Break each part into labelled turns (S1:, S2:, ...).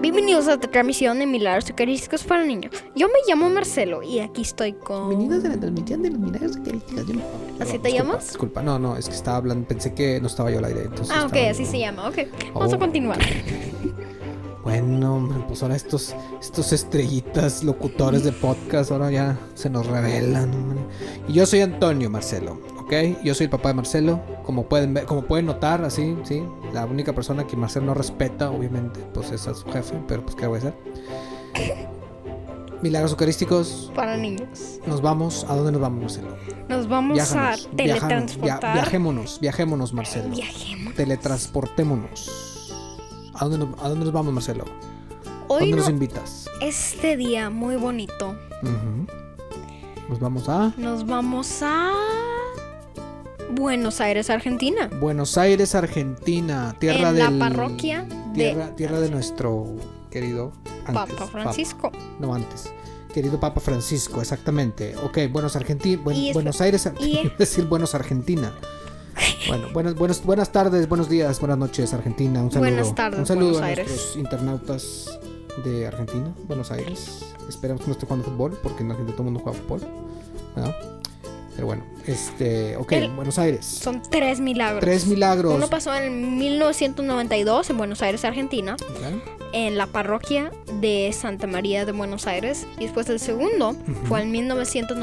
S1: Bienvenidos a otra transmisión de Milagros Eucarísticos para Niños. Yo me llamo Marcelo y aquí estoy con...
S2: Bienvenidos a la transmisión de los milagros eucarísticos. Yo me-
S1: ¿Así
S2: Perdón,
S1: te
S2: disculpa,
S1: llamas?
S2: Disculpa, no, no, es que estaba hablando, pensé que no estaba yo al aire. Entonces
S1: Ah, ok,
S2: estaba-
S1: así se llama, ok. Vamos a
S2: Oh.
S1: continuar.
S2: Bueno, hombre, pues ahora estos, estos estrellitas locutores de podcast ahora ya se nos revelan. hombre. Y yo soy Antonio Marcelo, ¿ok? Yo soy el papá de Marcelo, como pueden ver, como pueden notar, así, sí. La única persona que Marcelo no respeta, obviamente, pues es a su jefe, pero pues qué voy a hacer. Milagros eucarísticos,
S1: Para niños.
S2: nos vamos. ¿A dónde nos vamos, Marcelo?
S1: Nos vamos
S2: Viájanos,
S1: a
S2: viaja- via-
S1: teletransportar.
S2: viajémonos, viajémonos, Marcelo.
S1: Viajemos.
S2: Teletransportémonos. ¿A dónde, nos, ¿A dónde nos vamos, Marcelo?
S1: Hoy
S2: ¿Dónde
S1: no,
S2: nos invitas?
S1: este día muy bonito.
S2: Ujú. Nos vamos a
S1: Nos vamos a... Buenos Aires, Argentina.
S2: Buenos Aires, Argentina, tierra
S1: En
S2: de
S1: la parroquia de-
S2: tierra, tierra de nuestro querido antes,
S1: Papa Francisco.
S2: Papa, no antes. Querido Papa Francisco, exactamente. Ok, Buenos Argentina,
S1: Y es-
S2: Buenos Aires, Ar-
S1: y es-
S2: iba a decir Buenos Argentina. Bueno, buenas, buenas, buenas tardes, buenos días, buenas noches, Argentina. Un saludo.
S1: Buenas tardes,
S2: un saludo
S1: Buenos
S2: a
S1: Aires.
S2: nuestros internautas de Argentina, Buenos Aires. Esperamos que no esté jugando fútbol, porque en Argentina todo el mundo juega fútbol. ¿verdad? Pero bueno, este, ok,
S1: El-
S2: Buenos Aires.
S1: Son tres milagros.
S2: Tres milagros.
S1: Uno pasó en 1992 en Buenos Aires, Argentina.
S2: Ok.
S1: en la parroquia de Santa María de Buenos Aires. Y después el segundo fue en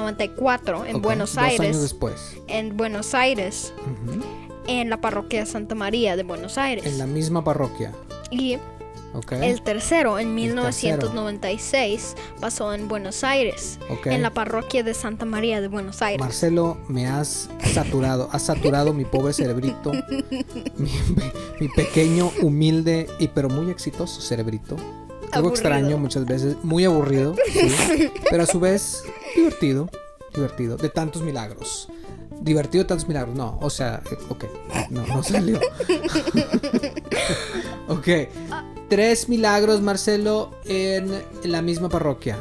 S1: 1994 en
S2: Ok,
S1: Buenos
S2: Dos años
S1: Aires.
S2: después.
S1: En Buenos Aires,
S2: Ujú.
S1: en la parroquia de Santa María de Buenos
S2: En
S1: Aires.
S2: la misma parroquia.
S1: Y
S2: Ok.
S1: el tercero en
S2: El tercero.
S1: 1996 pasó en Buenos Aires,
S2: Ok.
S1: en la parroquia de Santa María de Buenos Aires.
S2: Marcelo, me has saturado, has saturado mi pobre cerebrito, mi, mi pequeño, humilde y pero muy exitoso cerebrito. Algo
S1: Aburrido.
S2: extraño muchas veces, muy aburrido, sí, pero a su vez divertido, divertido, de tantos milagros. Divertido de tantos milagros, no, o sea, eh, ok, no, no salió. ok, tres milagros, Marcelo, en la misma parroquia.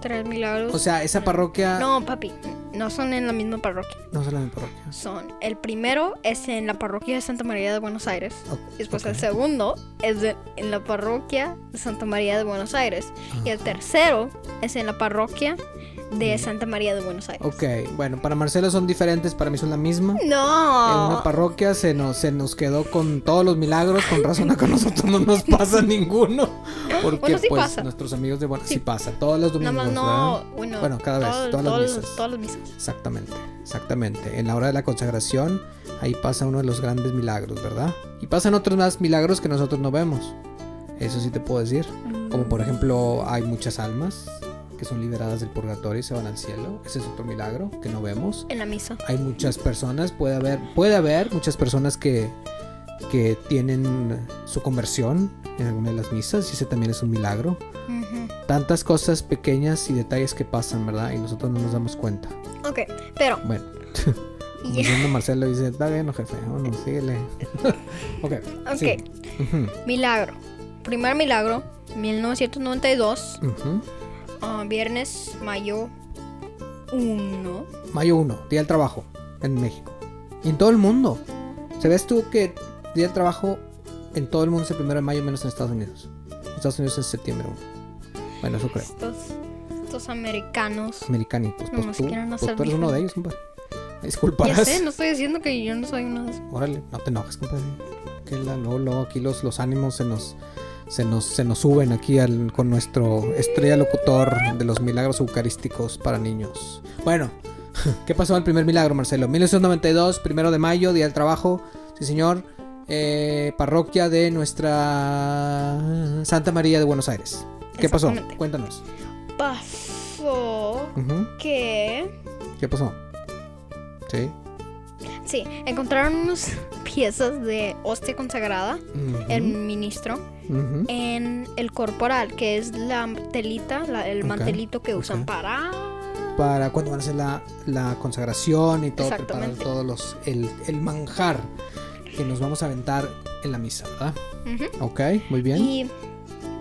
S1: Tres milagros.
S2: O sea, esa parroquia... No,
S1: no, papi, no son en la misma parroquia.
S2: es la misma parroquia.
S1: Son el primero es en la parroquia de Santa María de Buenos Aires.
S2: Ok,
S1: Y Después el
S2: ok.
S1: segundo es de- en la parroquia de Santa María de Buenos Aires. Y el
S2: Ajá.
S1: tercero es en la parroquia de Santa María de Buenos Aires.
S2: Ok, bueno, para Marcelo son diferentes, para mí son la misma. En
S1: No.
S2: una parroquia se nos, se nos quedó con todos los milagros, con razón acá a nosotros no nos pasa ninguno. Porque
S1: Bueno, sí
S2: pues
S1: pasa.
S2: nuestros amigos de Buenos
S1: Sí.
S2: sí pasa, todos los
S1: Nada
S2: domingos.
S1: más
S2: ¿verdad?
S1: no. Bueno,
S2: Bueno, cada vez,
S1: todo-
S2: todas las
S1: todos-
S2: misas.
S1: todas las misas.
S2: Exactamente, exactamente. En la hora de la consagración, ahí pasa uno de los grandes milagros, ¿verdad? Y pasan otros más milagros que nosotros no vemos. Eso sí te puedo decir. Como por ejemplo, hay muchas almas que son liberadas del purgatorio y se van al cielo. Ese es otro milagro que no vemos.
S1: En la misa.
S2: hay muchas personas, puede haber, puede haber muchas personas que, que tienen su conversión en alguna de las misas, y ese también es un milagro.
S1: Ujú.
S2: Tantas cosas pequeñas y detalles que pasan, ¿verdad? Y nosotros no nos damos cuenta.
S1: Ok, pero.
S2: Bueno,
S1: y-
S2: diciendo Marcelo dice, está bien, no, jefe, vámonos, síguele. ok.
S1: Ok.
S2: sí. Ujú,
S1: Milagro. Primer milagro, 1992.
S2: ujú.
S1: ah, viernes, mayo 1.
S2: Mayo 1, Día del Trabajo en México. Y en todo el mundo. ¿Sabes tú que Día del Trabajo en todo el mundo es el primero de mayo, menos en Estados Unidos? En Estados Unidos es septiembre 1. Bueno, eso creo.
S1: Estos, estos americanos.
S2: Americanitos. Pues,
S1: Nomás
S2: tú,
S1: quieren
S2: pues
S1: hacer
S2: tú eres uno de
S1: diferente.
S2: ellos, compadre.
S1: Ya
S2: Disculparás.
S1: sé, no estoy diciendo que yo no soy uno de esos.
S2: Órale, no te enojes, compadre. Que la, luego, luego aquí los, los ánimos se nos, se nos, se nos suben aquí al- con nuestro estrella locutor de los milagros eucarísticos para niños. Bueno, ¿qué pasó en el primer milagro, Marcelo? 1992, primero de mayo, Día del Trabajo. Sí, señor. Eh, parroquia de nuestra Santa María de Buenos Aires. ¿Qué pasó?
S1: Exactamente.
S2: Cuéntanos.
S1: Pasó
S2: Ujú,
S1: que...
S2: ¿Qué pasó? Sí.
S1: Sí, encontraron unas piezas de hostia consagrada,
S2: Ujú,
S1: el ministro,
S2: ujú.
S1: en el corporal, que es la telita, la- el
S2: Ok,
S1: mantelito que usan
S2: ok.
S1: para...
S2: para cuando van a hacer la, la consagración y todo, preparar
S1: Exactamente.
S2: todos los, el, el manjar que nos vamos a aventar en la misa, ¿verdad?
S1: Ujú.
S2: Ok, muy bien.
S1: Y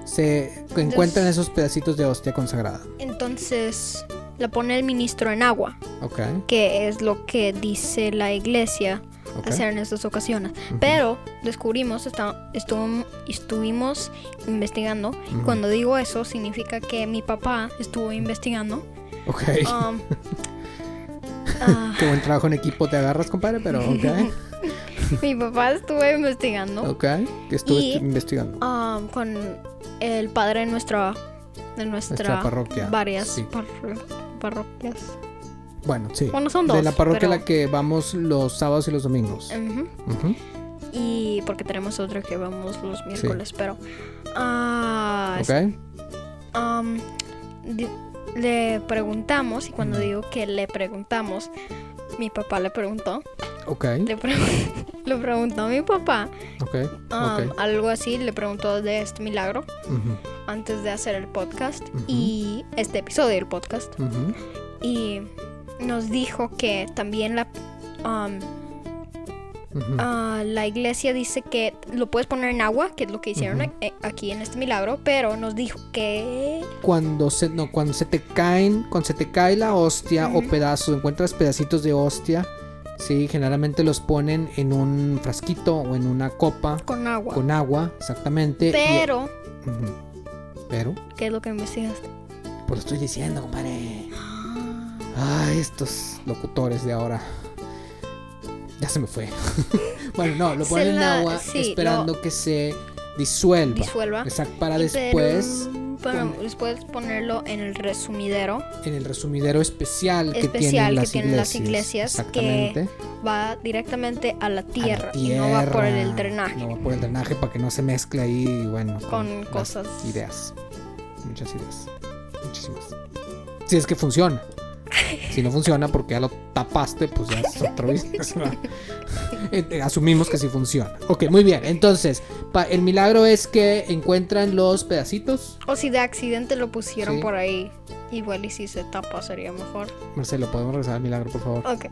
S2: Se encuentran esos pedacitos de hostia consagrada.
S1: entonces la pone el ministro en agua,
S2: Ok,
S1: que es lo que dice la iglesia
S2: Ok.
S1: hacer en estas ocasiones. Pero descubrimos, está- estu- estuvimos investigando. Cuando digo eso, significa que mi papá estuvo investigando.
S2: Ok.
S1: um, ah,
S2: Qué buen trabajo en equipo te agarras, compadre, pero ok.
S1: mi papá estuvo investigando
S2: Ok. Que estuve
S1: Y-
S2: investigando.
S1: um, con el padre de nuestra, de nuestra,
S2: Nuestra parroquia,
S1: Varias
S2: sí.
S1: parro- parroquias.
S2: Bueno, sí.
S1: Bueno, son dos.
S2: de la parroquia
S1: pero- Em,
S2: a la que vamos los sábados y los domingos.
S1: Ujú.
S2: Ujú.
S1: Y porque tenemos otra que vamos los miércoles, pero. ah,
S2: Ok.
S1: um, di- le preguntamos, y cuando digo que le preguntamos, mi papá le preguntó.
S2: Ok.
S1: Le, pregun- le preguntó a mi papá
S2: Ok.
S1: um,
S2: Ok.
S1: algo así, le preguntó de este milagro
S2: Ujú,
S1: antes de hacer el podcast
S2: Ujú.
S1: y este episodio del podcast.
S2: ujú.
S1: Y nos dijo que también la. um,
S2: Ujú.
S1: Ah, la iglesia dice que lo puedes poner en agua, que es lo que hicieron
S2: Ujú.
S1: a- eh, aquí en este milagro, pero nos dijo que
S2: Cuando se no, cuando se te caen, cuando se te cae la hostia
S1: Ujú.
S2: o pedazos, encuentras pedacitos de hostia, sí, generalmente los ponen en un frasquito o en una copa
S1: con agua.
S2: con agua, exactamente. y- e
S1: pero,
S2: Ujú. Pero,
S1: ¿qué es lo que investigaste?
S2: pues lo estoy diciendo, compadre. Ah. Ay, estos locutores de ahora. Ya se me fue. bueno, no, lo
S1: Se
S2: ponen en
S1: la-
S2: agua
S1: sí,
S2: esperando que se disuelva.
S1: Disuelva.
S2: Exacto, para
S1: Y
S2: después
S1: pero- pero
S2: con-
S1: después ponerlo en el resumidero.
S2: en el resumidero especial, que
S1: Especial
S2: tienen
S1: que
S2: las
S1: tienen las
S2: iglesias.
S1: iglesias, que
S2: Exactamente.
S1: Va directamente a la
S2: A
S1: tierra,
S2: la
S1: y no va por
S2: tierra,
S1: el drenaje.
S2: No va por el drenaje para que no se mezcle ahí, y bueno.
S1: Con
S2: las
S1: cosas.
S2: Ideas. Muchas ideas. Muchísimas. Si es que funciona. Si no funciona porque ya lo tapaste, pues ya es otro business, ¿no? Eh, eh, Asumimos que sí funciona. Ok, muy bien. Entonces, pa- el milagro es que encuentran los pedacitos.
S1: O si de accidente lo pusieron
S2: Sí.
S1: por ahí, igual y si se tapa sería mejor.
S2: Marcelo, ¿podemos regresar al milagro, por favor?
S1: Ok.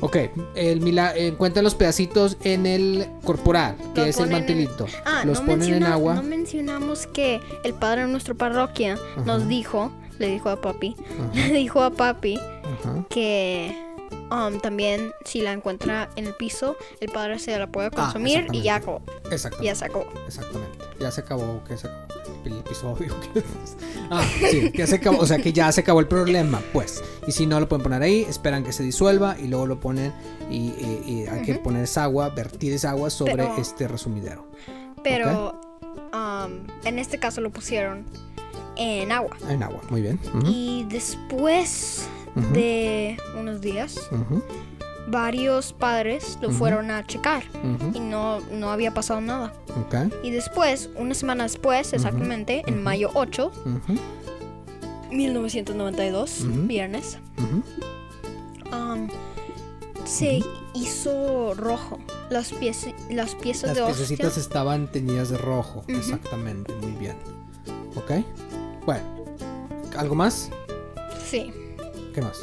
S2: Ok, el mila- encuentran los pedacitos en el corporal, que
S1: Los
S2: es el
S1: ponen en-
S2: mantelito.
S1: Ah,
S2: los
S1: no,
S2: ponen en
S1: menciona-
S2: agua.
S1: no mencionamos que el padre de nuestra parroquia
S2: Ajá.
S1: nos dijo, le dijo a papi,
S2: Ajá,
S1: le dijo a papi
S2: ajá.
S1: que um, también si la encuentra en el piso, el padre se la puede consumir y ya acabó,
S2: Ah, Exactamente.
S1: ya se acabó.
S2: Exactamente. Ya se acabó, que se acabó el episodio. ¿qué? ah, sí, ya se acabó. O sea que ya se acabó el problema, pues. Y si no lo pueden poner ahí, esperan que se disuelva y luego lo ponen y, y- y hay que poner esa agua, vertir esa agua sobre
S1: Pero-
S2: este resumidero.
S1: Pero um, en este caso lo pusieron en agua.
S2: En agua, muy bien. Ujú,
S1: Y después
S2: Ujú.
S1: de unos días,
S2: ujú,
S1: varios padres lo
S2: Ujú.
S1: fueron a checar
S2: ujú,
S1: y no, no había pasado nada.
S2: ok,
S1: Y después, una semana después, exactamente, en mayo 8,
S2: ujú,
S1: 1992,
S2: Ujú.
S1: viernes,
S2: ujú.
S1: um, se hizo rojo. Las, piece- las piezas
S2: Las
S1: de hostia.
S2: piececitas estaban teñidas de rojo.
S1: Ujú.
S2: Exactamente, muy bien. Ok. Bueno, ¿algo más?
S1: Sí,
S2: ¿Qué más?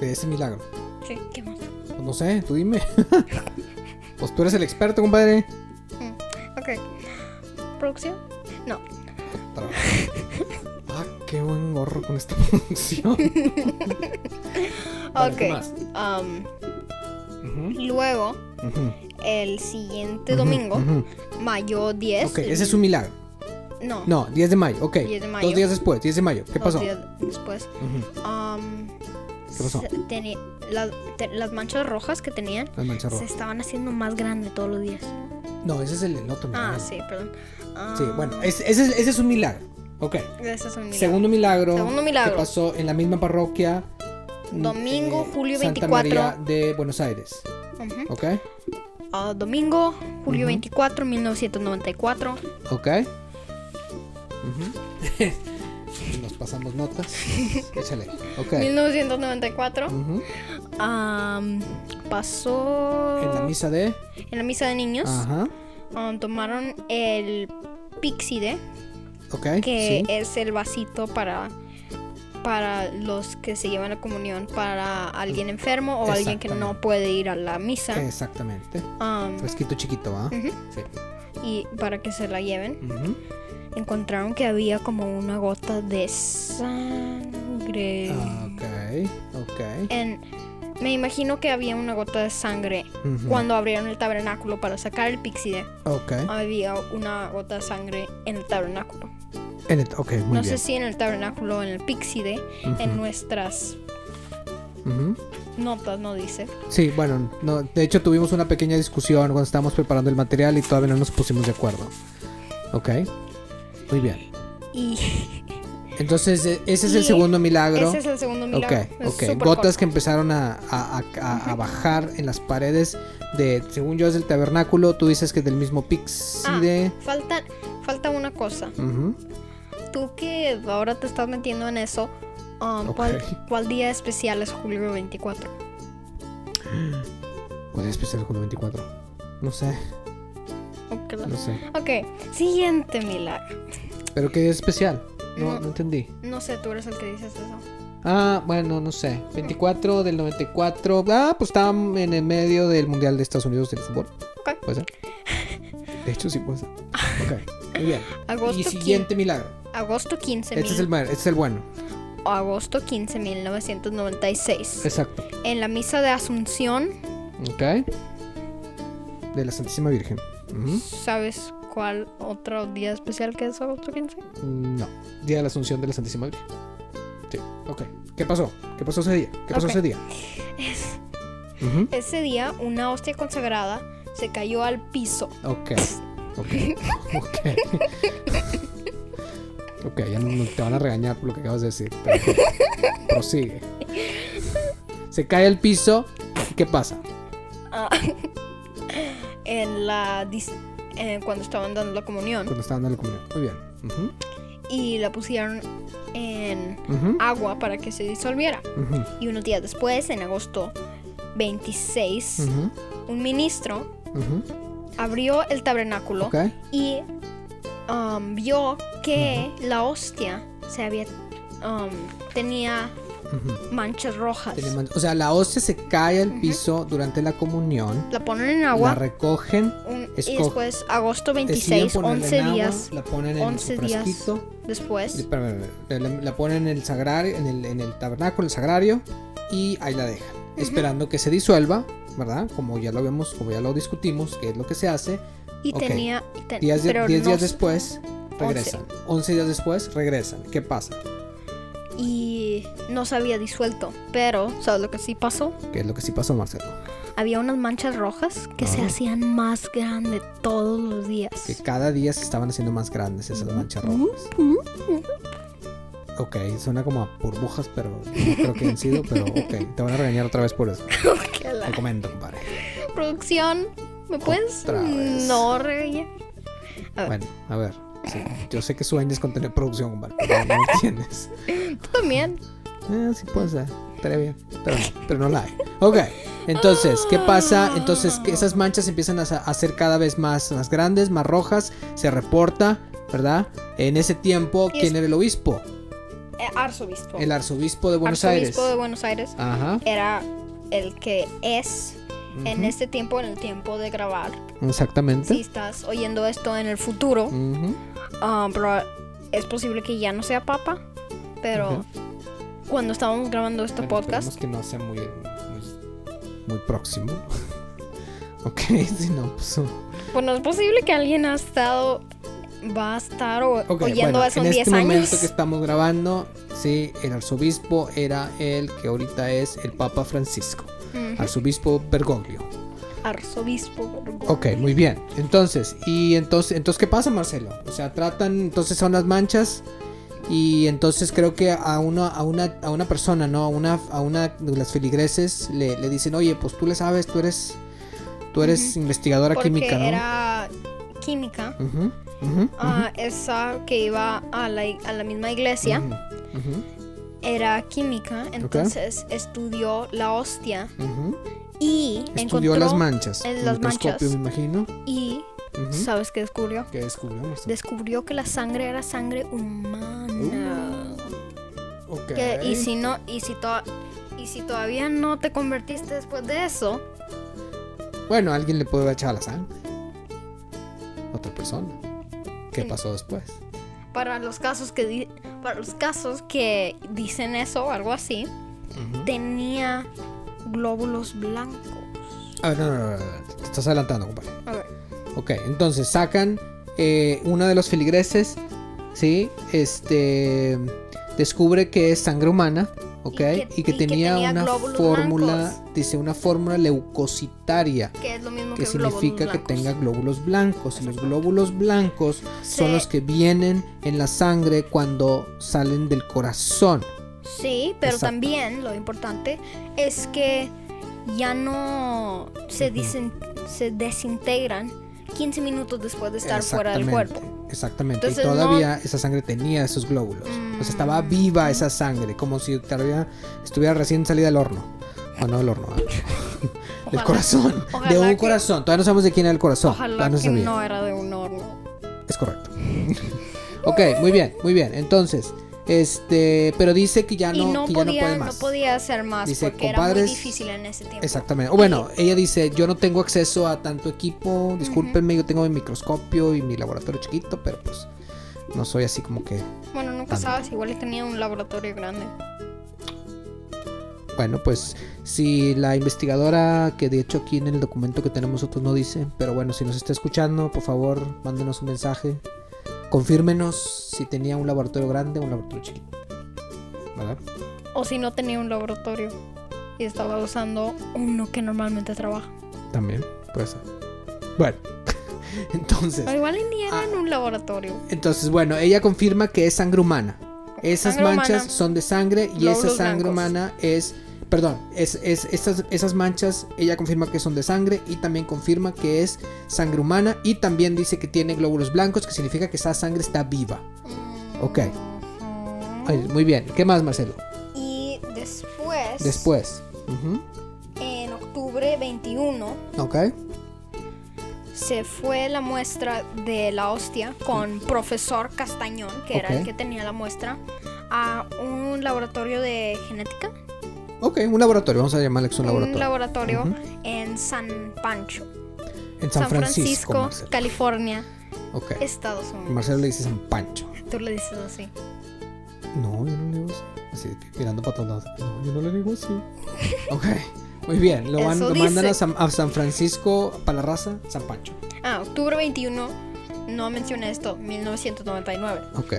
S2: De ese milagro.
S1: sí, ¿qué más?
S2: Pues no sé, tú dime. pues tú eres el experto, compadre.
S1: Ok. ¿Producción? No.
S2: Trabajo. Ah, qué buen gorro con esta función. Vale, ¿qué
S1: ok.
S2: más?
S1: um, luego, el siguiente Este domingo, mayo 10.
S2: Ok,
S1: el-
S2: ese es un milagro.
S1: No,
S2: No, 10 de mayo, ok.
S1: 10 de mayo.
S2: Dos días después, 10 de mayo. ¿Qué
S1: dos
S2: pasó?
S1: días después.
S2: Ujú,
S1: um,
S2: ¿Qué pasó?
S1: se- tenía- la- te- las manchas rojas que tenían
S2: Las manchas
S1: se
S2: rojas.
S1: estaban haciendo más grandes todos los días.
S2: No, ese es el, el otro milagro.
S1: Ah, sí, perdón.
S2: Sí,
S1: Ah,
S2: bueno, eh, ese, ese es- ese es un milagro. Ok.
S1: ese es un milagro.
S2: Segundo milagro.
S1: Segundo milagro.
S2: Que pasó en la misma parroquia. mm, eh,
S1: Domingo, julio
S2: Santa
S1: 24.
S2: María de Buenos Aires.
S1: Ujú.
S2: Ok.
S1: Ah, domingo, julio
S2: Ujú.
S1: 24, 1994.
S2: Ok. Ujú. Nos pasamos notas. Échale. Ok.
S1: 1994.
S2: Ujú.
S1: am, um, pasó
S2: En la misa de.
S1: en la misa de niños.
S2: Ajá.
S1: am, tomaron el pixide,
S2: Ok.
S1: que
S2: sí.
S1: es el vasito para para los que se llevan la comunión para alguien enfermo o alguien que no
S2: Exactamente.
S1: puede ir a la misa
S2: Exactamente.
S1: am,
S2: Fresquito chiquito, ¿va?
S1: Ujú.
S2: Sí.
S1: y para que se la lleven
S2: Ujú.
S1: encontraron que había como una gota de sangre Eh.
S2: Ah, Ok. Ok.
S1: en Me imagino que había una gota de sangre
S2: Ujú. ¿Eh?
S1: cuando abrieron el tabernáculo para sacar el pixie.
S2: Ok.
S1: Había una gota de sangre en el tabernáculo.
S2: En el- ok, muy
S1: no
S2: bien.
S1: sé si en el tabernáculo o en el pixide, en nuestras
S2: Ujú.
S1: notas no dice.
S2: Sí, bueno, no, de hecho tuvimos una pequeña discusión cuando estábamos preparando el material y todavía no nos pusimos de acuerdo. Ok. Muy bien.
S1: Y
S2: Entonces, e- ese es el
S1: Y
S2: segundo milagro.
S1: ese es el segundo milagro.
S2: Ok,
S1: Es
S2: ok.
S1: súper
S2: Gotas
S1: corto.
S2: que empezaron a, a- a- a- a bajar en las paredes de, según yo, es del tabernáculo. Tú dices que del mismo
S1: Ah,
S2: pixide.
S1: falta, falta una cosa.
S2: Ujú.
S1: Tú que ahora te estás metiendo en eso, um,
S2: Ok.
S1: ¿cuál, cuál día especial es julio 24?
S2: ¿Cuál es especial con 24? No sé,
S1: Ok, la-
S2: no sé.
S1: ok, siguiente milagro.
S2: ¿Pero qué es especial? No,
S1: No.
S2: no entendí.
S1: No sé, tú eres el que dices eso.
S2: Ah, bueno, no sé. 24 del 94. Ah, pues estaba en el medio del Mundial de Estados Unidos del fútbol.
S1: Ok.
S2: ¿Puede ser? De hecho, sí puede ser. Ok, muy bien.
S1: Agosto,
S2: y siguiente milagro.
S1: quin- agosto 15.
S2: Este es el, ma- este es el bueno.
S1: Agosto 15, 1996.
S2: Exacto.
S1: En la misa de Asunción,
S2: Ok. De la Santísima Virgen. Ujú.
S1: ¿sabes cuál otro día especial que es agosto 15?
S2: No. Día de la Asunción de la Santísima Virgen. Sí. Ok. ¿Qué pasó? ¿Qué pasó ese día? ¿Qué pasó
S1: Ok.
S2: ese día? Ujú.
S1: Ese día, una hostia consagrada se cayó al piso.
S2: Ok. Ok. Ok. Ok, ya no, no te van a regañar por lo que acabas de decir. pero ok. prosigue. Se cae al piso. ¿y ¿Qué pasa?
S1: Ah, en la dis- eh, cuando estaban dando la comunión
S2: Cuando estaban en la comunión. Muy bien. Ujú,
S1: y la pusieron en
S2: ujú,
S1: agua para que se disolviera.
S2: ujú,
S1: Y unos días después, en agosto 26,
S2: ujú,
S1: un ministro
S2: ujú.
S1: abrió el tabernáculo
S2: Ok.
S1: y um, vio que la hostia se había um, tenía
S2: ujú.
S1: manchas rojas.
S2: Tenía man- O sea, la hostia se cae al piso durante la comunión.
S1: La ponen en
S2: La
S1: agua
S2: recogen.
S1: un- y
S2: esco-
S1: después agosto
S2: deciden
S1: 26,
S2: ponerla
S1: 11
S2: en agua,
S1: días
S2: La ponen en
S1: 11
S2: su
S1: días.
S2: frasquito.
S1: después.
S2: Espérame, espérame, espérame. La, la ponen en el sagrario, en el, en el tabernáculo, el sagrario, y ahí la dejan, esperando que se disuelva, ¿verdad? Como ya lo vemos, como ya lo discutimos, que es lo que se hace.
S1: Y
S2: Ok.
S1: tenía. y ten-
S2: 10
S1: Eh, pero no
S2: días
S1: s-
S2: después regresan. 11 días después regresan. ¿Qué pasa?
S1: Y no se había disuelto. Pero, ¿sabes lo que sí pasó?
S2: ¿Qué es lo que sí pasó, Marcelo?
S1: Había unas manchas rojas que se
S2: Ah.
S1: hacían más grandes todos los días.
S2: Que cada día se estaban haciendo más grandes esas manchas rojas. Ok, suena como a burbujas, pero no creo que han sido, pero ok, te van a regañar otra vez por eso.
S1: Que la
S2: Te comento, compadre.
S1: producción. ¿Me puedes?
S2: Otra vez.
S1: No, regañar? A ver.
S2: Bueno, a ver. sí, Yo sé que sueñas con tener producción, compadre, pero no entiendes.
S1: Tú también.
S2: Eh, sí puede ser. Estaría bien. Pero, pero no la hay. Ok. Entonces, ¿qué pasa? Entonces, que esas manchas empiezan a sa- a ser cada vez más, más grandes, más rojas. Se reporta, ¿verdad? En ese tiempo,
S1: Y
S2: ¿quién
S1: es-
S2: era el obispo?
S1: Eh, arzobispo.
S2: El arzobispo de Buenos
S1: arzobispo de
S2: Aires.
S1: Buenos Aires
S2: Ajá.
S1: era el que es en este tiempo, en el tiempo de grabar.
S2: Exactamente.
S1: Si estás oyendo esto en el futuro,
S2: Ujú.
S1: ah, proba- es posible que ya no sea papa, pero
S2: Ujú.
S1: cuando estábamos grabando este
S2: Bueno,
S1: podcast,
S2: esperemos que no sea muy, muy, muy próximo. ok, si no, pues.
S1: bueno, es posible que alguien ha estado, va a estar o-
S2: Ok,
S1: oyendo
S2: bueno,
S1: eso
S2: en
S1: en 10
S2: este
S1: años.
S2: momento que estamos grabando, sí, el arzobispo era el que ahorita es el Papa Francisco, Ah.
S1: Ujú,
S2: arzobispo Bergoglio.
S1: Arzobispo.
S2: Ok, muy bien. Entonces, y entonces, entonces ¿qué pasa, Marcelo? O sea, tratan, entonces son las manchas y entonces creo que a una a una a una persona, no, a una a una de las feligreses le, le dicen, "Oye, pues tú le sabes, tú eres tú eres
S1: Ujú.
S2: investigadora
S1: Porque
S2: química, ¿no?"
S1: era química,
S2: Ujú, ujú, ujú,
S1: ah, esa que iba a la, i- a la misma iglesia.
S2: ujú,
S1: era química, entonces estudió la hostia
S2: ujú, ujú.
S1: y
S2: Estudió
S1: encontró
S2: las manchas.
S1: en
S2: un
S1: las
S2: microscopio,
S1: manchas.
S2: me imagino.
S1: y
S2: Ujú.
S1: ¿sabes qué descubrió?
S2: ¿Qué descubrimos?
S1: Descubrió que la sangre era sangre humana.
S2: Uh, Ok.
S1: Que- y si no y si to- y si todavía no te convertiste después de eso,
S2: Bueno, alguien le puede echar la sangre. Otra persona. ¿Qué pasó después?
S1: para los casos que di- para los casos que dicen eso o algo así,
S2: Ujú.
S1: tenía glóbulos blancos.
S2: A ver, no, no, no, no, no, te estás adelantando, compadre.
S1: A ver.
S2: Ok, entonces sacan eh, uno de los filigreses, ¿sí? Este descubre que es sangre humana, ¿ok? Y que,
S1: y que
S2: tenía,
S1: tenía
S2: una
S1: glóbulos
S2: fórmula,
S1: blancos.
S2: dice una fórmula leucocitaria.
S1: Que es lo mismo
S2: Que
S1: que
S2: significa
S1: glóbulos
S2: que
S1: blancos.
S2: tenga glóbulos blancos. Y los glóbulos blancos son
S1: Se-
S2: los que vienen en la sangre cuando salen del corazón.
S1: Sí, pero
S2: Exacto.
S1: también lo importante es que ya no se, disen- se desintegran 15 minutos después de estar fuera del
S2: Exactamente,
S1: cuerpo.
S2: Exactamente.
S1: Entonces,
S2: y
S1: no- Mm.
S2: todavía esa sangre tenía esos glóbulos. O sea, estaba viva esa sangre, como si todavía estuviera recién salida del horno. O no del horno, ah. del
S1: Ojalá-
S2: corazón. de
S1: ojalá
S2: un
S1: que-
S2: corazón. Todavía no sabemos de quién era el corazón.
S1: Ojalá
S2: Todavía no
S1: que
S2: sabía.
S1: no era de un horno.
S2: Es correcto. ok, muy bien, muy bien. Entonces, este, pero dice que ya
S1: y
S2: no,
S1: no
S2: que ya no
S1: podía,
S2: puede
S1: no,
S2: más.
S1: podía hacer más
S2: Dice,
S1: porque era
S2: compadres,
S1: muy difícil en ese tiempo.
S2: Exactamente. O bueno, ella dice, yo no tengo acceso a tanto equipo, discúlpenme, yo tengo mi microscopio y mi laboratorio chiquito, pero pues no soy así como que,
S1: Bueno, nunca
S2: Tanto.
S1: sabes, igual tenía un laboratorio grande.
S2: bueno, pues si la investigadora, que de hecho aquí en el documento que tenemos nosotros no dice, pero bueno, si nos está escuchando, por favor, mándenos un mensaje, confírmenos si tenía un laboratorio grande o un laboratorio chiquito. ¿Verdad?
S1: O si no tenía un laboratorio y estaba usando uno que normalmente trabaja.
S2: También, puede ser. Bueno, entonces...
S1: Pero igual ni era
S2: Ah.
S1: en un laboratorio.
S2: Entonces, bueno, ella confirma que es sangre humana. Esas
S1: Sangre
S2: manchas
S1: humana.
S2: son de sangre y
S1: Glóbulos
S2: esa sangre
S1: blancos.
S2: humana es... Perdón, es, es- esas, esas manchas, ella confirma que son de sangre y también confirma que es sangre humana y también dice que tiene glóbulos blancos, que significa que esa sangre está viva. Mm, Ok.
S1: Ujú.
S2: Ay, muy bien, ¿qué más Marcelo?
S1: Y después,
S2: Después. Ujú,
S1: en octubre 21,
S2: Ok.
S1: se fue la muestra de la hostia con profesor Castañón, que era
S2: Ok.
S1: el que tenía la muestra, a un laboratorio de genética.
S2: Ok, un laboratorio, vamos a llamarle que es un laboratorio.
S1: laboratorio
S2: Ujú.
S1: en San Pancho,
S2: En San, Francisco. Marcelo.
S1: California,
S2: Ok.
S1: Estados
S2: Y
S1: Unidos.
S2: Marcelo le dice San Pancho.
S1: Tú le dices así.
S2: No, yo no le digo así. Así, mirando para todos lados. No, yo no le digo así. Ok, muy bien. Lo, van-
S1: Eso
S2: lo mandan a
S1: dice.
S2: San, a San Francisco para la raza, San Pancho.
S1: Ah, octubre 21, no mencioné esto, 1999.
S2: Ok,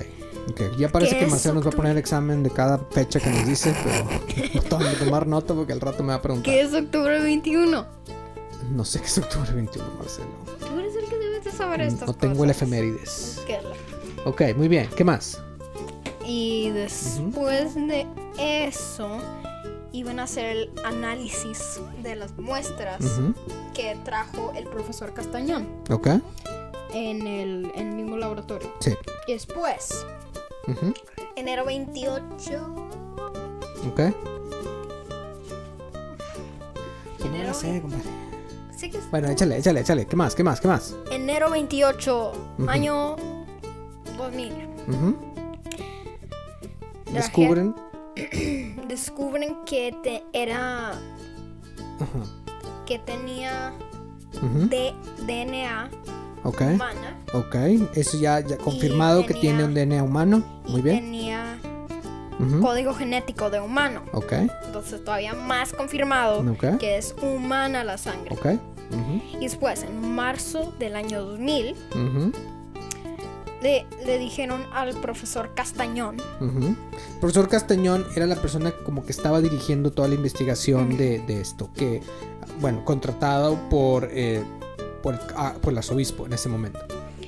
S2: ok. Ya parece
S1: ¿Qué
S2: que
S1: es
S2: Marcelo nos va a
S1: octubre?
S2: poner examen de cada fecha que nos dice, pero no tengo que tomar nota porque al rato me va a preguntar.
S1: ¿Qué es octubre 21?
S2: No sé qué es octubre 21, Marcelo.
S1: Tú eres el que debes de saber estas
S2: Mm, No tengo el
S1: cosas.
S2: efemérides.
S1: Búsquela.
S2: Ok, muy bien. ¿Qué más?
S1: Y después de eso, iban a hacer el análisis de las muestras
S2: Ujú,
S1: que trajo el profesor Castañón
S2: Ok,
S1: en el, en el mismo laboratorio.
S2: sí.
S1: Y después,
S2: Ujú,
S1: enero 28.
S2: Ok. Pues no la sé, compadre.
S1: Sé que es
S2: Bueno, échale, échale, échale. ¿Qué más? ¿Qué más? ¿Qué más?
S1: enero 28,
S2: Ujú.
S1: año 2000.
S2: Ujú.
S1: Traje-
S2: Descubren.
S1: Descubren que te- era
S2: Ajá.
S1: que tenía
S2: Ujú.
S1: D- DNA
S2: ¿Eh? Ok.
S1: humana.
S2: Ok. Eso ya, ya confirmado que tiene
S1: tenía-
S2: un DNA humano.
S1: y
S2: Muy bien. ¿Mm?
S1: tenía
S2: Ujú.
S1: código genético de humano.
S2: Ok.
S1: Entonces todavía más confirmado
S2: Ok.
S1: que es humana la sangre.
S2: Ok. Ujú.
S1: Y después, en marzo del año 2000,
S2: Ujú.
S1: le, le dijeron al profesor Castañón,
S2: Ujú. Profesor Castañón era la persona que como que estaba dirigiendo toda la investigación de, de esto, que, bueno, contratado por, eh, por, el- ah, por el arzobispo en ese momento.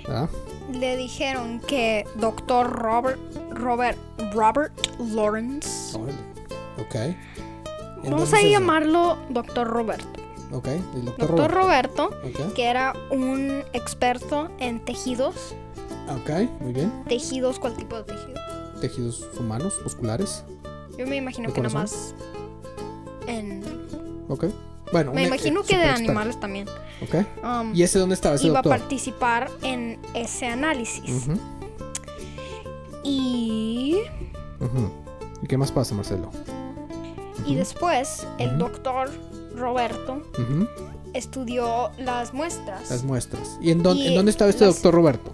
S2: ¿Verdad?
S1: le dijeron que doctor Robert, Robert, Robert Lawrence,
S2: Órale. Ok.
S1: vamos
S2: Entonces,
S1: a llamarlo doctor Roberto.
S2: Ok. El doctor,
S1: Doctor
S2: Robert.
S1: Roberto,
S2: Ok.
S1: que era un experto en tejidos,
S2: Ok, muy bien.
S1: tejidos, ¿cuál tipo de tejido?
S2: Tejidos humanos, musculares.
S1: Yo me imagino
S2: ¿De
S1: que nada
S2: corazón? Ah,
S1: más en...
S2: Ok. Bueno,
S1: Me
S2: un-
S1: imagino
S2: eh,
S1: que de
S2: superexperto.
S1: animales también.
S2: Ok.
S1: Um,
S2: ¿Y ese dónde estaba ese
S1: iba a
S2: doctor?
S1: participar en ese análisis.
S2: Ujú,
S1: Y,
S2: ujú. ¿Y qué más pasa, Marcelo?
S1: y después el
S2: Ujú.
S1: doctor Roberto
S2: Ujú.
S1: estudió las muestras.
S2: Las muestras. ¿Y en, dónde-
S1: Y
S2: en dónde estaba este
S1: las-
S2: doctor Roberto?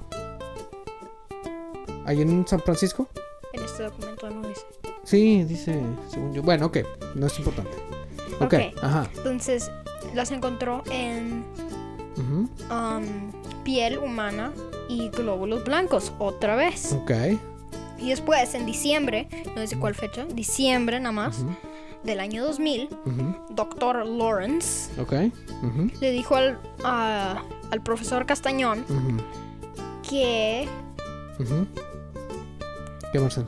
S2: ¿Ahí en San Francisco?
S1: en este documento no dice.
S2: Sí, dice, según yo. Bueno, ok, no es importante. Ok,
S1: Ok.
S2: ajá.
S1: Entonces las encontró en
S2: Ujú,
S1: am, piel humana y glóbulos blancos otra vez.
S2: Ok.
S1: Y después, en diciembre, no sé cuál fecha, diciembre nada más, del año 2000,
S2: ujú,
S1: doctor Lawrence
S2: Ok. ujú,
S1: le dijo al, a- al profesor Castañón
S2: ujú,
S1: que...
S2: ujú. ¿Qué, Marcelo?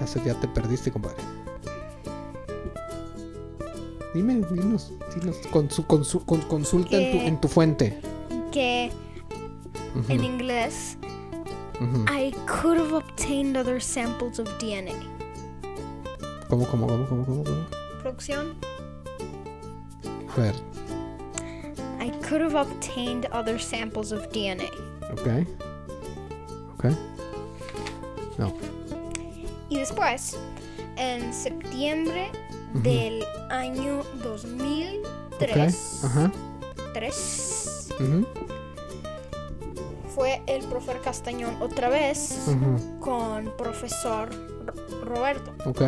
S2: Ya, se- ya te perdiste, compadre. Dime, dinos, dinos. Con su, con su- con- consulta en tu,
S1: Que-
S2: en tu fuente.
S1: que
S2: Ujú,
S1: en Ah. inglés,
S2: ujú.
S1: I could have obtained other samples of DNA.
S2: ¿Cómo, cómo, cómo, cómo, cómo, cómo?
S1: Producción.
S2: A ver,
S1: I could have obtained other samples of DNA.
S2: ok. Ok. No.
S1: Y después, en septiembre
S2: Ujú.
S1: del año 2003,
S2: Ok. Ajá.
S1: tres,
S2: ujú,
S1: fue el profesor Castañón otra vez
S2: ujú.
S1: con profesor Ro- Roberto.
S2: Ok.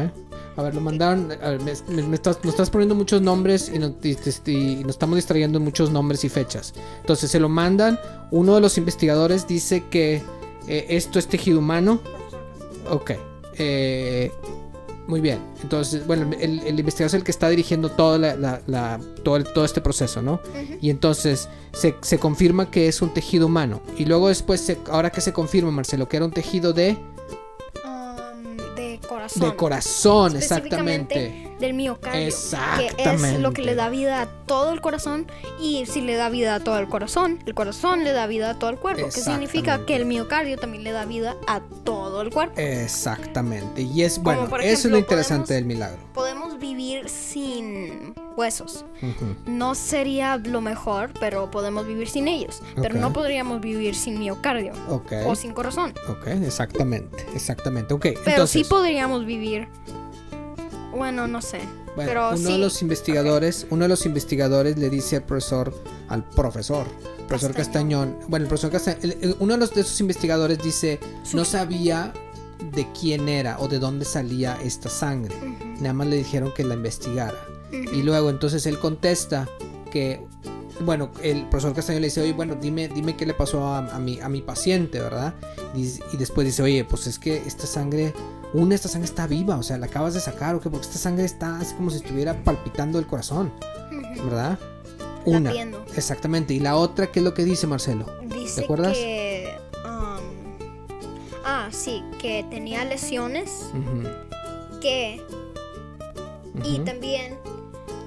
S2: A ver, lo mandaron. A ver, me, me- me estás, nos estás poniendo muchos nombres y, no- y- y- y nos estamos distrayendo en muchos nombres y fechas. Entonces se lo mandan. Uno de los investigadores dice que eh, esto es tejido humano. Ok. Eh, muy bien. Entonces, bueno, el, el investigador es el que está dirigiendo toda la- la- la- todo, el- todo este proceso, ¿no? Y entonces se, se confirma que es un tejido humano. Y luego después, se- ahora que se confirma, Marcelo, que era un tejido de,
S1: Um, de corazón.
S2: de corazón,
S1: Específicamente
S2: exactamente.
S1: Del miocardio. Que es lo
S2: Exactamente.
S1: que le da vida a todo el corazón. Y si le da vida a todo el corazón, el corazón le da vida a todo el cuerpo. Que significa
S2: Exactamente.
S1: que el miocardio también le da vida a todo el cuerpo.
S2: Exactamente. Y es bueno,
S1: por
S2: eso es lo
S1: ejemplo,
S2: interesante
S1: podemos-
S2: del milagro.
S1: Podemos vivir sin huesos.
S2: Ujú.
S1: No sería lo mejor, pero podemos vivir sin ellos. Pero
S2: Ok.
S1: no podríamos vivir sin miocardio
S2: Ok.
S1: o sin corazón.
S2: Ok, exactamente. Exactamente. Ok,
S1: Pero
S2: entonces.
S1: sí podríamos vivir. Bueno, no sé.
S2: bueno,
S1: pero
S2: uno
S1: sí.
S2: de los investigadores, uno de los investigadores le dice al profesor, al profesor, profesor Castañón.
S1: Castañón.
S2: bueno, el profesor Castañón, el- el- uno de, los, de esos investigadores dice, no sabía de quién era o de dónde salía esta sangre.
S1: Ujú.
S2: Nada más le dijeron que la investigara. Y luego entonces él contesta que, bueno, el profesor Castaño le dice, oye, bueno, dime, dime qué le pasó a, a mi, a mi paciente, ¿verdad? Dice- Y, después dice, oye, pues es que esta sangre, una, esta sangre está viva, o sea, la acabas de sacar, ¿o qué? Porque esta sangre está así como si estuviera palpitando el corazón,
S1: Ujú.
S2: ¿verdad? Una.
S1: Latiendo.
S2: Exactamente. Y la otra, ¿qué es lo que dice Marcelo?
S1: Dice
S2: acuerdas?
S1: que. um, ah, sí, que tenía lesiones.
S2: Ujú,
S1: Que. Y
S2: ujú,
S1: también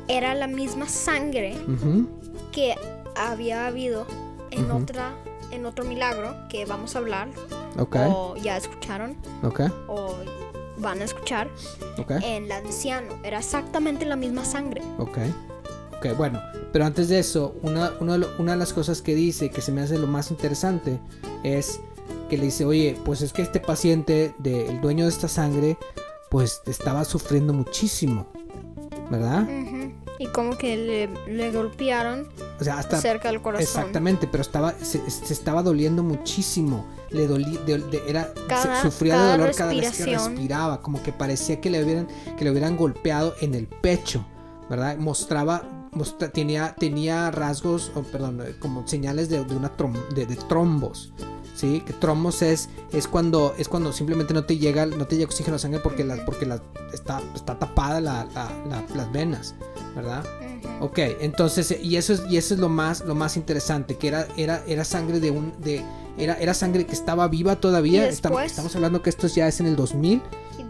S1: era la misma sangre
S2: ujú,
S1: que había habido en
S2: Ujú.
S1: otra. En otro milagro que vamos a hablar.
S2: Ok,
S1: O ya escucharon.
S2: ok,
S1: O van a escuchar.
S2: ok.
S1: En el anciano. Era exactamente la misma sangre.
S2: Ok. Ok, bueno. Pero antes de eso, una, uno de lo- una de las cosas que dice que se me hace lo más interesante es que le dice, oye, pues es que este paciente, de- el dueño de esta sangre, pues estaba sufriendo muchísimo. ¿Verdad?
S1: Ujú. Y como que le, le golpearon
S2: O sea, hasta...
S1: cerca del corazón.
S2: Exactamente, pero estaba, se, se estaba doliendo muchísimo. Le dolí, de- de- era, se-
S1: Cada-
S2: sufría de
S1: cada
S2: dolor cada vez que
S1: respiración.
S2: respiraba, como que parecía que le hubieran, que le hubieran golpeado en el pecho, ¿verdad? Mostraba, mostra- tenía, tenía rasgos, o perdón, eh, como señales de, de una trom- de, de trombos. Sí, que trombos es, es cuando es cuando simplemente no te llega no te llega oxígeno a la sangre porque la, porque la, está, está tapada la- la- la- las venas, ¿verdad?
S1: Ujú.
S2: Ok, entonces, y eso es, y eso es lo más, lo más interesante, que era, era, era sangre de un, de, era, era sangre que estaba viva todavía.
S1: Y
S2: Estamos,
S1: después-
S2: estamos hablando que esto ya es en el 2000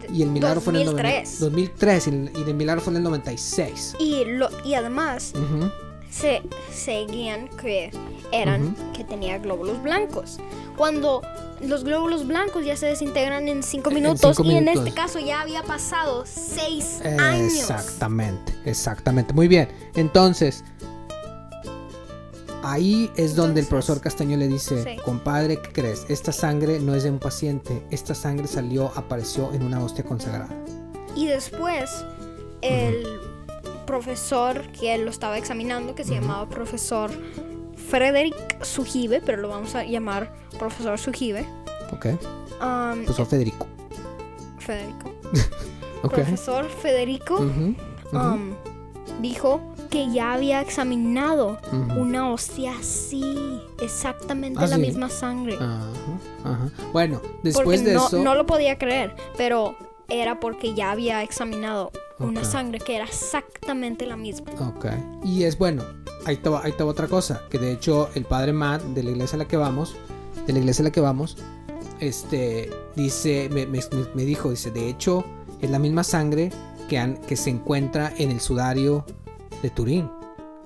S1: de-
S2: y el milagro fue en el
S1: 2003.
S2: 90 2003 y el, y el milagro fue en el 96.
S1: Y, lo, y además
S2: Ujú,
S1: se seguían que eran que tenía glóbulos blancos. Cuando los glóbulos blancos ya se desintegran en 5
S2: En
S1: minutos,
S2: cinco
S1: y en
S2: minutos.
S1: este caso ya había pasado 6 años.
S2: Exactamente, exactamente. Muy bien, entonces, ahí es donde el
S1: Entonces-
S2: profesor Castaño le dice,
S1: Sí.
S2: compadre, ¿qué crees? Esta sangre no es de un paciente, esta sangre salió, apareció en una hostia consagrada.
S1: Y después el profesor que lo estaba examinando, que se llamaba profesor Frederick Sujibe, pero lo vamos a llamar profesor Sujibe.
S2: Ok,
S1: um,
S2: pues fue Federico.
S1: Federico.
S2: Ok.
S1: Profesor Federico
S2: Ujú,
S1: um, dijo que ya había examinado
S2: Ujú.
S1: una hostia así, exactamente
S2: Ah,
S1: la
S2: sí.
S1: misma sangre.
S2: Ajá, ajá. Bueno, después
S1: porque
S2: de
S1: no,
S2: eso.
S1: no lo podía creer, pero era porque ya había examinado una
S2: Ok.
S1: sangre que era exactamente la misma.
S2: Ok. Y es bueno, ahí te, va, ahí te va otra cosa, que de hecho el padre Matt de la iglesia a la que vamos, de la iglesia a la que vamos, este, dice, me, me- me dijo, dice, de hecho es la misma sangre que, han- que se encuentra en el sudario de Turín,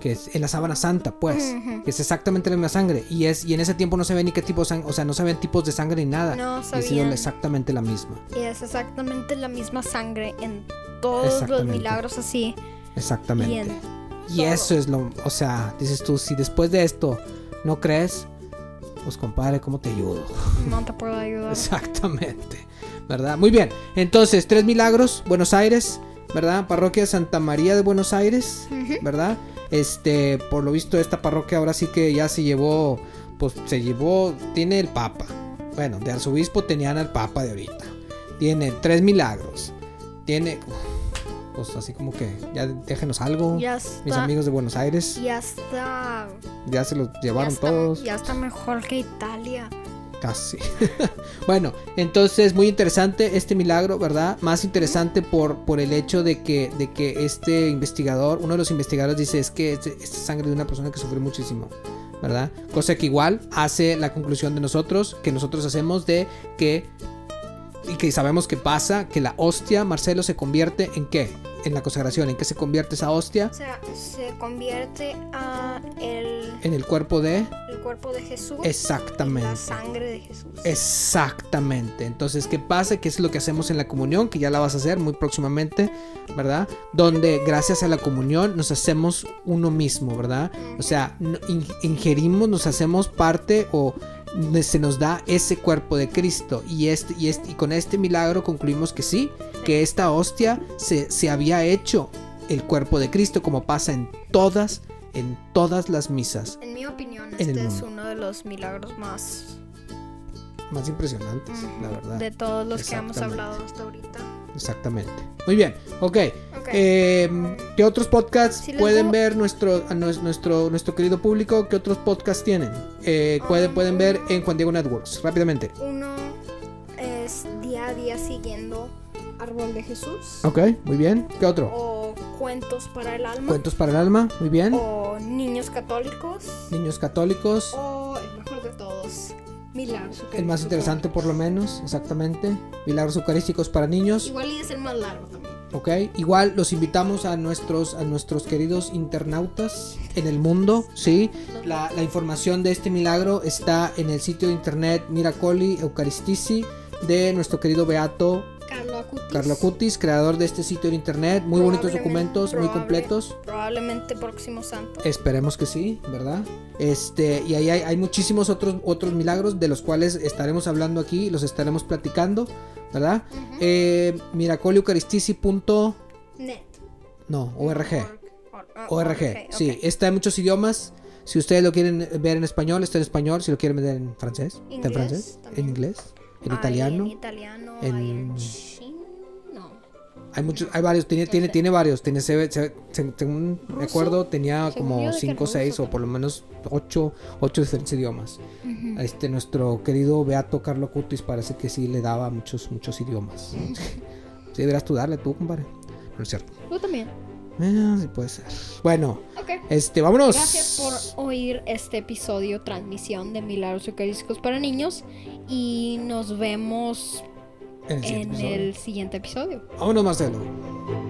S2: que es en la sábana santa, pues,
S1: Ujú.
S2: que es exactamente la misma sangre. Y, es, y en ese tiempo no se ve ni qué tipo de sangre, o sea, no se ven tipos de sangre ni nada.
S1: No
S2: Ah, Y ha sido
S1: sabían.
S2: exactamente la misma,
S1: Y es exactamente la misma sangre en todos los
S2: Exactamente.
S1: milagros así.
S2: exactamente.
S1: Y en
S2: Y
S1: todo.
S2: eso es lo, o sea, dices tú, si después de esto no crees, pues compadre, ¿cómo te ayudo?
S1: No te puedo ayudar.
S2: Exactamente, ¿verdad? Muy bien, entonces, tres milagros, Buenos Aires, ¿verdad? Parroquia Santa María de Buenos Aires,
S1: Ujú.
S2: ¿verdad? Este, por lo visto, esta parroquia ahora sí que ya se llevó, pues se llevó, tiene el Papa. Bueno, de arzobispo tenían al Papa de ahorita. Tiene tres milagros. Tiene, pues así como que, ya déjenos algo.
S1: Ya
S2: Mis
S1: está.
S2: amigos de Buenos Aires
S1: Ya está.
S2: ya se los
S1: Ah. Ya
S2: llevaron
S1: está,
S2: todos.
S1: ya está mejor que Italia.
S2: Casi. bueno, entonces muy interesante este milagro, ¿verdad? Más interesante por, por el hecho de que, de que este investigador, uno de los investigadores dice es que este- esta es sangre de una persona que sufrió muchísimo, ¿verdad? Cosa que igual hace la conclusión de nosotros, que nosotros hacemos de que, y que sabemos que pasa, que la hostia, Marcelo, se convierte en qué? En la consagración, ¿en qué se convierte esa hostia?
S1: O sea, se convierte a el,
S2: En el cuerpo de...
S1: el cuerpo de Jesús.
S2: Exactamente.
S1: La sangre de Jesús.
S2: Exactamente. Entonces, ¿qué pasa? Que es lo que hacemos en la comunión, que ya la vas a hacer muy próximamente, ¿verdad? Donde gracias a la comunión nos hacemos uno mismo, ¿verdad? O sea, no- in- ingerimos, nos hacemos parte o ne- se nos da ese cuerpo de Cristo. Y, este, y, este, y con este milagro concluimos que sí, que esta hostia se, se había hecho el cuerpo de Cristo, como pasa en todas, en todas las misas.
S1: En mi opinión,
S2: el
S1: este es
S2: mundo.
S1: uno de los milagros más
S2: Más impresionantes,
S1: ujú,
S2: la verdad.
S1: de todos los que hemos
S2: Exactamente.
S1: hablado hasta ahorita.
S2: Exactamente. Muy bien, ok.
S1: Ok.
S2: Eh, ¿Qué otros podcasts
S1: Si les
S2: pueden
S1: gu-
S2: ver nuestro, a nues- nuestro, nuestro querido público? ¿Qué otros podcasts tienen? Eh, pueden,
S1: Um,
S2: pueden ver en Juan Diego Networks, rápidamente.
S1: Uno es día a día siguiendo Árbol de Jesús.
S2: Ok, muy bien. ¿Qué otro?
S1: O Cuentos para el Alma.
S2: Cuentos para el alma, muy bien.
S1: O Niños Católicos.
S2: Niños católicos,
S1: O el mejor de todos, Milagros
S2: el más
S1: Eucarísticos.
S2: interesante por lo menos, exactamente. Milagros eucarísticos para niños.
S1: Igual y es el más largo también.
S2: Ok, igual los invitamos a nuestros, a nuestros queridos internautas en el mundo, ¿sí? La, la información de este milagro está en el sitio de internet Miracoli Eucaristici de nuestro querido Beato
S1: Carlo Acutis.
S2: Carlo Cutis, creador de este sitio de internet. Muy bonitos
S1: Probablemente-
S2: documentos, muy
S1: probable-
S2: completos.
S1: Probablemente próximo santo.
S2: Eh, Esperemos que sí, ¿verdad? Este, y ahí hay, hay muchísimos otros, otros milagros de los cuales estaremos hablando aquí, los estaremos platicando, ¿verdad? Eh, miracolieucaristici.com
S1: Net.
S2: No, ORG.
S1: Or- or-
S2: ORG, sí.
S1: ok.
S2: Está en muchos idiomas. Si ustedes lo quieren ver en español, está en español. Si lo quieren ver en francés, está en
S1: Inglés
S2: francés.
S1: también. Ah,
S2: En inglés, en
S1: Hay
S2: italiano.
S1: En italiano, hay
S2: en-
S1: en chino. No.
S2: Hay muchos, hay varios. Tiene, tiene, tiene varios. Tiene, se, se- se- según
S1: Ruso.
S2: me acuerdo, tenía
S1: Según yo,
S2: como
S1: de que
S2: 5 o
S1: ruso
S2: 6 o por lo menos 8, ocho diferentes idiomas. Este, nuestro querido Beato Carlo Cutis parece que sí le daba muchos, muchos idiomas. sí, deberás tú darle tú, compadre. No es cierto.
S1: Yo también.
S2: Eh, sí puede ser. Bueno,
S1: Ok.
S2: este, vámonos.
S1: Gracias por oír este episodio, transmisión de Milagros Eucarísticos para Niños. Y nos vemos
S2: En el siguiente
S1: en
S2: episodio.
S1: el siguiente episodio.
S2: Vámonos, Marcelo.
S1: Bye.